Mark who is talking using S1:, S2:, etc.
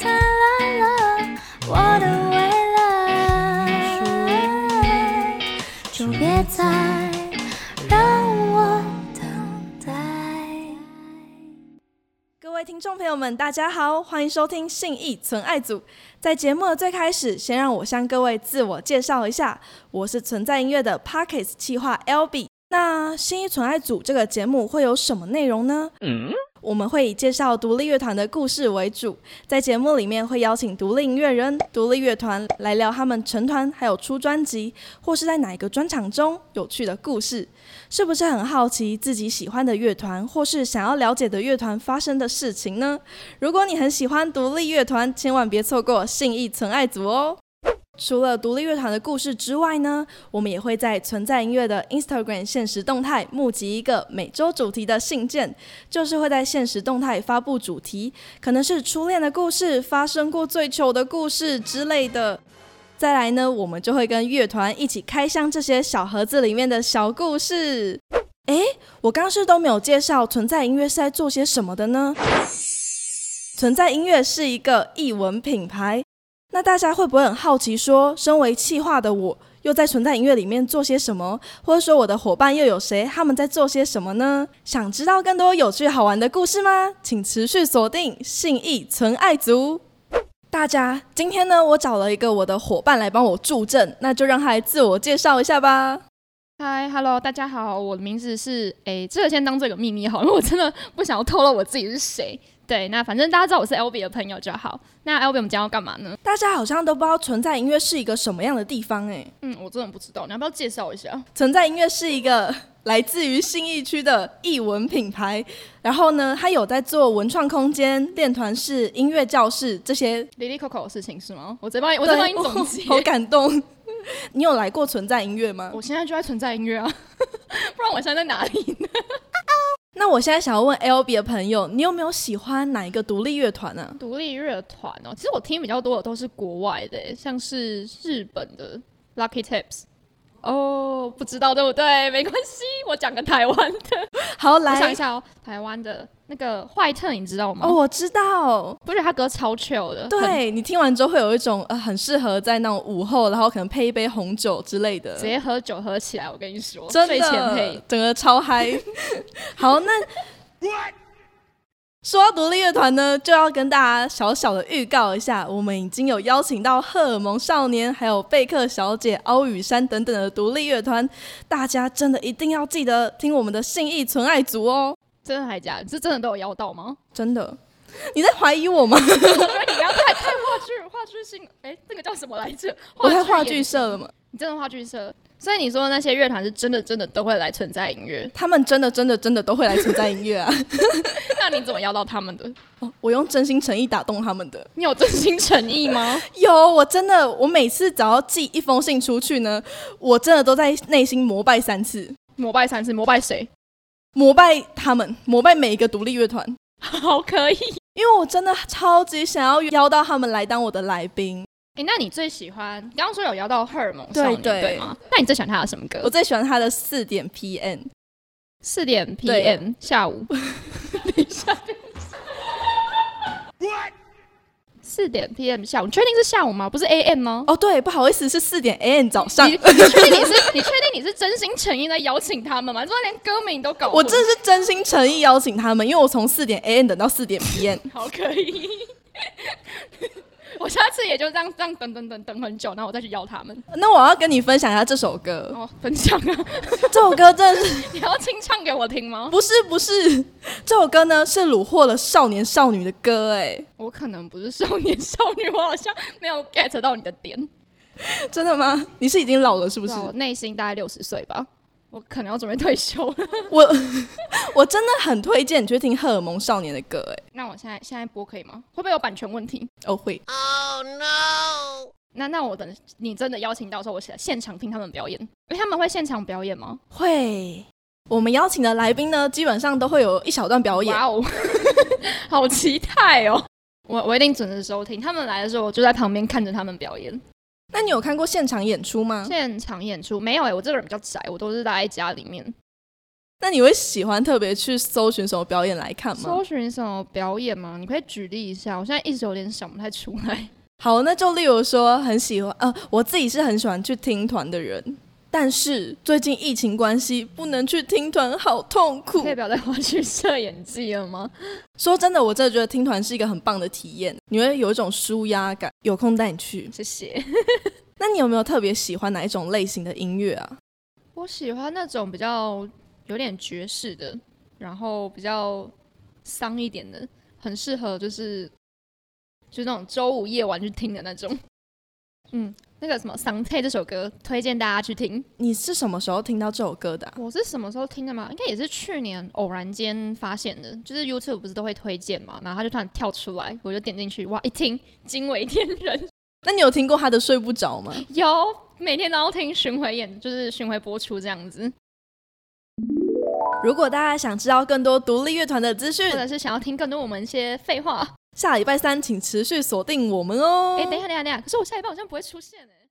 S1: 灿烂了，我的未来，就别再让我等待。
S2: 各位听众朋友们，大家好，欢迎收听信义存爱组。在节目的最开始，先让我向各位自我介绍一下，我是存在音乐的 Pockets 企划 L B。那信义存爱组这个节目会有什么内容呢？我们会以介绍独立乐团的故事为主，在节目里面会邀请独立音乐人、独立乐团来聊他们成团还有出专辑，或是在哪一个专场中有趣的故事。是不是很好奇自己喜欢的乐团，或是想要了解的乐团发生的事情呢？如果你很喜欢独立乐团，千万别错过信义存爱组哦。除了独立乐团的故事之外呢，我们也会在存在音乐的 Instagram 现实动态募集一个每周主题的信件，就是会在现实动态发布主题，可能是初恋的故事、发生过最糗的故事之类的。再来呢，我们就会跟乐团一起开箱这些小盒子里面的小故事。诶，我刚刚是都没有介绍存在音乐是在做些什么的呢？存在音乐是一个艺文品牌，那大家会不会很好奇说，身为企划的我又在存在音乐里面做些什么，或者说我的伙伴又有谁，他们在做些什么呢？想知道更多有趣好玩的故事吗？请持续锁定信义存爱族。大家，今天呢，我找了一个我的伙伴来帮我助阵，那就让他来自我介绍一下吧。
S3: 嗨，Hello，大家好，我的名字是诶、这个先当做一个秘密好了，因为我 真的不想要透露我自己是谁。对，那反正大家知道我是 L B 的朋友就好。那 L B 我们今天要干嘛呢？
S2: 大家好像都不知道存在音乐是一个什么样的地方诶、
S3: 嗯，我真的不知道，你要不要介绍一下？
S2: 存在音乐是一个来自于信义区的艺文品牌，然后呢，它有在做文创空间、练团室、音乐教室这些。
S3: l i l y Coco 的事情是吗？我再帮你，我再帮你总结。
S2: 对我好 感动。你有来过存在音乐吗？
S3: 我现在就在存在音乐啊， 不然我现在在哪里呢？
S2: 那我现在想要问 L B 的朋友，你有没有喜欢哪一个独立乐团呢、
S3: 独立乐团哦，其实我听比较多的都是国外的耶，像是日本的 Lucky Tips。哦，不知道对不对？没关系，我讲个台湾的。
S2: 好，
S3: 我想一
S2: 来
S3: 下哦，台湾的那个坏特，你知道吗？
S2: 哦，我知道，
S3: 不是他歌超 chill 的，很，
S2: 对你听完之后会有一种呃很适合在那种午后，然后可能配一杯红酒之类的，
S3: 直接喝酒喝起来，我跟你说，
S2: 真
S3: 睡前
S2: 的
S3: 配。
S2: 整个超嗨。 好，那说到独立乐团呢，就要跟大家小小的预告一下，我们已经有邀请到荷尔蒙少年、还有贝克小姐、奥雨山等等的独立乐团，大家真的一定要记得听我们的信义纯爱组哦，
S3: 真的还假的？这真的都有邀到吗？
S2: 真的。你在怀疑我吗？
S3: 我觉得你不要太太话剧话剧性，哎，这个叫什么来着？
S2: 我在话
S3: 演
S2: 剧，社了吗？
S3: 你真的话剧社。所以你说那些乐团是真的真的都会来存在音乐，
S2: 他们真的真的真的都会来存在音乐啊！
S3: 那你怎么邀到他们的？
S2: 哦我用真心诚意打动他们的。
S3: 你有真心诚意吗？
S2: 有，我真的，我每次只要寄一封信出去呢，我真的都在内心膜拜三次，
S3: 膜拜三次，膜拜谁？
S2: 膜拜他们，膜拜每一个独立乐团，
S3: 好，可以。
S2: 因为我真的超级想要邀到他们来当我的来宾。
S3: 哎、那你最喜欢？你刚刚说有邀到荷尔蒙
S2: 对
S3: 少年
S2: 对
S3: 对吗？那你最喜欢他的什么歌
S2: 我？最喜欢他的四点 PM，
S3: 四点
S2: 对
S3: PM 下午，等一下，四点 PM 下午，你确定是下午吗？不是 AM 吗？
S2: 哦，对，不好意思，是四点 AM 早上
S3: 你。你确定你是你确定你是真心诚意在邀请他们吗？怎么连歌名都搞混？
S2: 我真的是真心诚意邀请他们，因为我从四点 AM 等到四点 PM。
S3: 好可以。 我下次也就这样这样等等等等很久，然后我再去邀他们。
S2: 那我要跟你分享一下这首歌，
S3: 哦，分享啊！
S2: 这首歌真的是
S3: 你要清唱给我听吗？
S2: 不是不是，这首歌呢是虏获了少年少女的歌，哎，
S3: 我可能不是少年少女，我好像没有 get 到你的点。
S2: 真的吗？你是已经老了是不
S3: 不
S2: 是？
S3: 啊我内心大概六十岁吧，我可能要准备退休 了。
S2: 我 我真的很推荐你去听荷尔蒙少年的歌，哎，
S3: 那我现在现在播可以吗？会不会有版权问题？
S2: 哦会，
S3: 那那我等你真的邀请到的时候，我现现场听他们表演。哎，他们会现场表演吗？
S2: 会。我们邀请的来宾呢，基本上都会有一小段表演。
S3: 哇哦， 好期待哦！我我一定准时收听。他们来的时候，我就在旁边看着他们表演。
S2: 那你有看过现场演出吗？嗯
S3: 现场演出没有哎、我这个人比较宅，我都是待在家里面。
S2: 那你会喜欢特别去搜寻什么表演来看吗
S3: 搜？寻什么表演吗？你可以举例一下，我现在一直有点想不太出来。
S2: 好，那就例如说，很喜欢呃，我自己是很喜欢去听团的人，但是最近疫情关系不能去听团，好痛苦
S3: 可以。不要再花去设演技了吗？
S2: 说真的，我真的觉得听团是一个很棒的体验，你会有一种舒压感。有空带你去。
S3: 谢谢。
S2: 那你有没有特别喜欢哪一种类型的音乐啊？
S3: 我喜欢那种比较有点爵士的，然后比较丧一点的，很适合就是就是那种周五夜晚去听的那种。嗯，那个什么《桑泰》这首歌推荐大家去听。
S2: 你是什么时候听到这首歌的啊、
S3: 我是什么时候听的吗？应该也是去年偶然间发现的，就是 YouTube 不是都会推荐嘛，然后它就突然跳出来，我就点进去，哇，一听惊为天人，
S2: 那你有听过他的《睡不着》吗？
S3: 有每天都要听巡回演，就是巡回播出这样子，
S2: 如果大家想知道更多独立乐团的资讯
S3: 或，者是想要听更多我们一些废话。
S2: 下礼拜三请持续锁定我们哦。哦
S3: 哎、等一下，等一下，等一下，可是我下一半好像不会出现哎、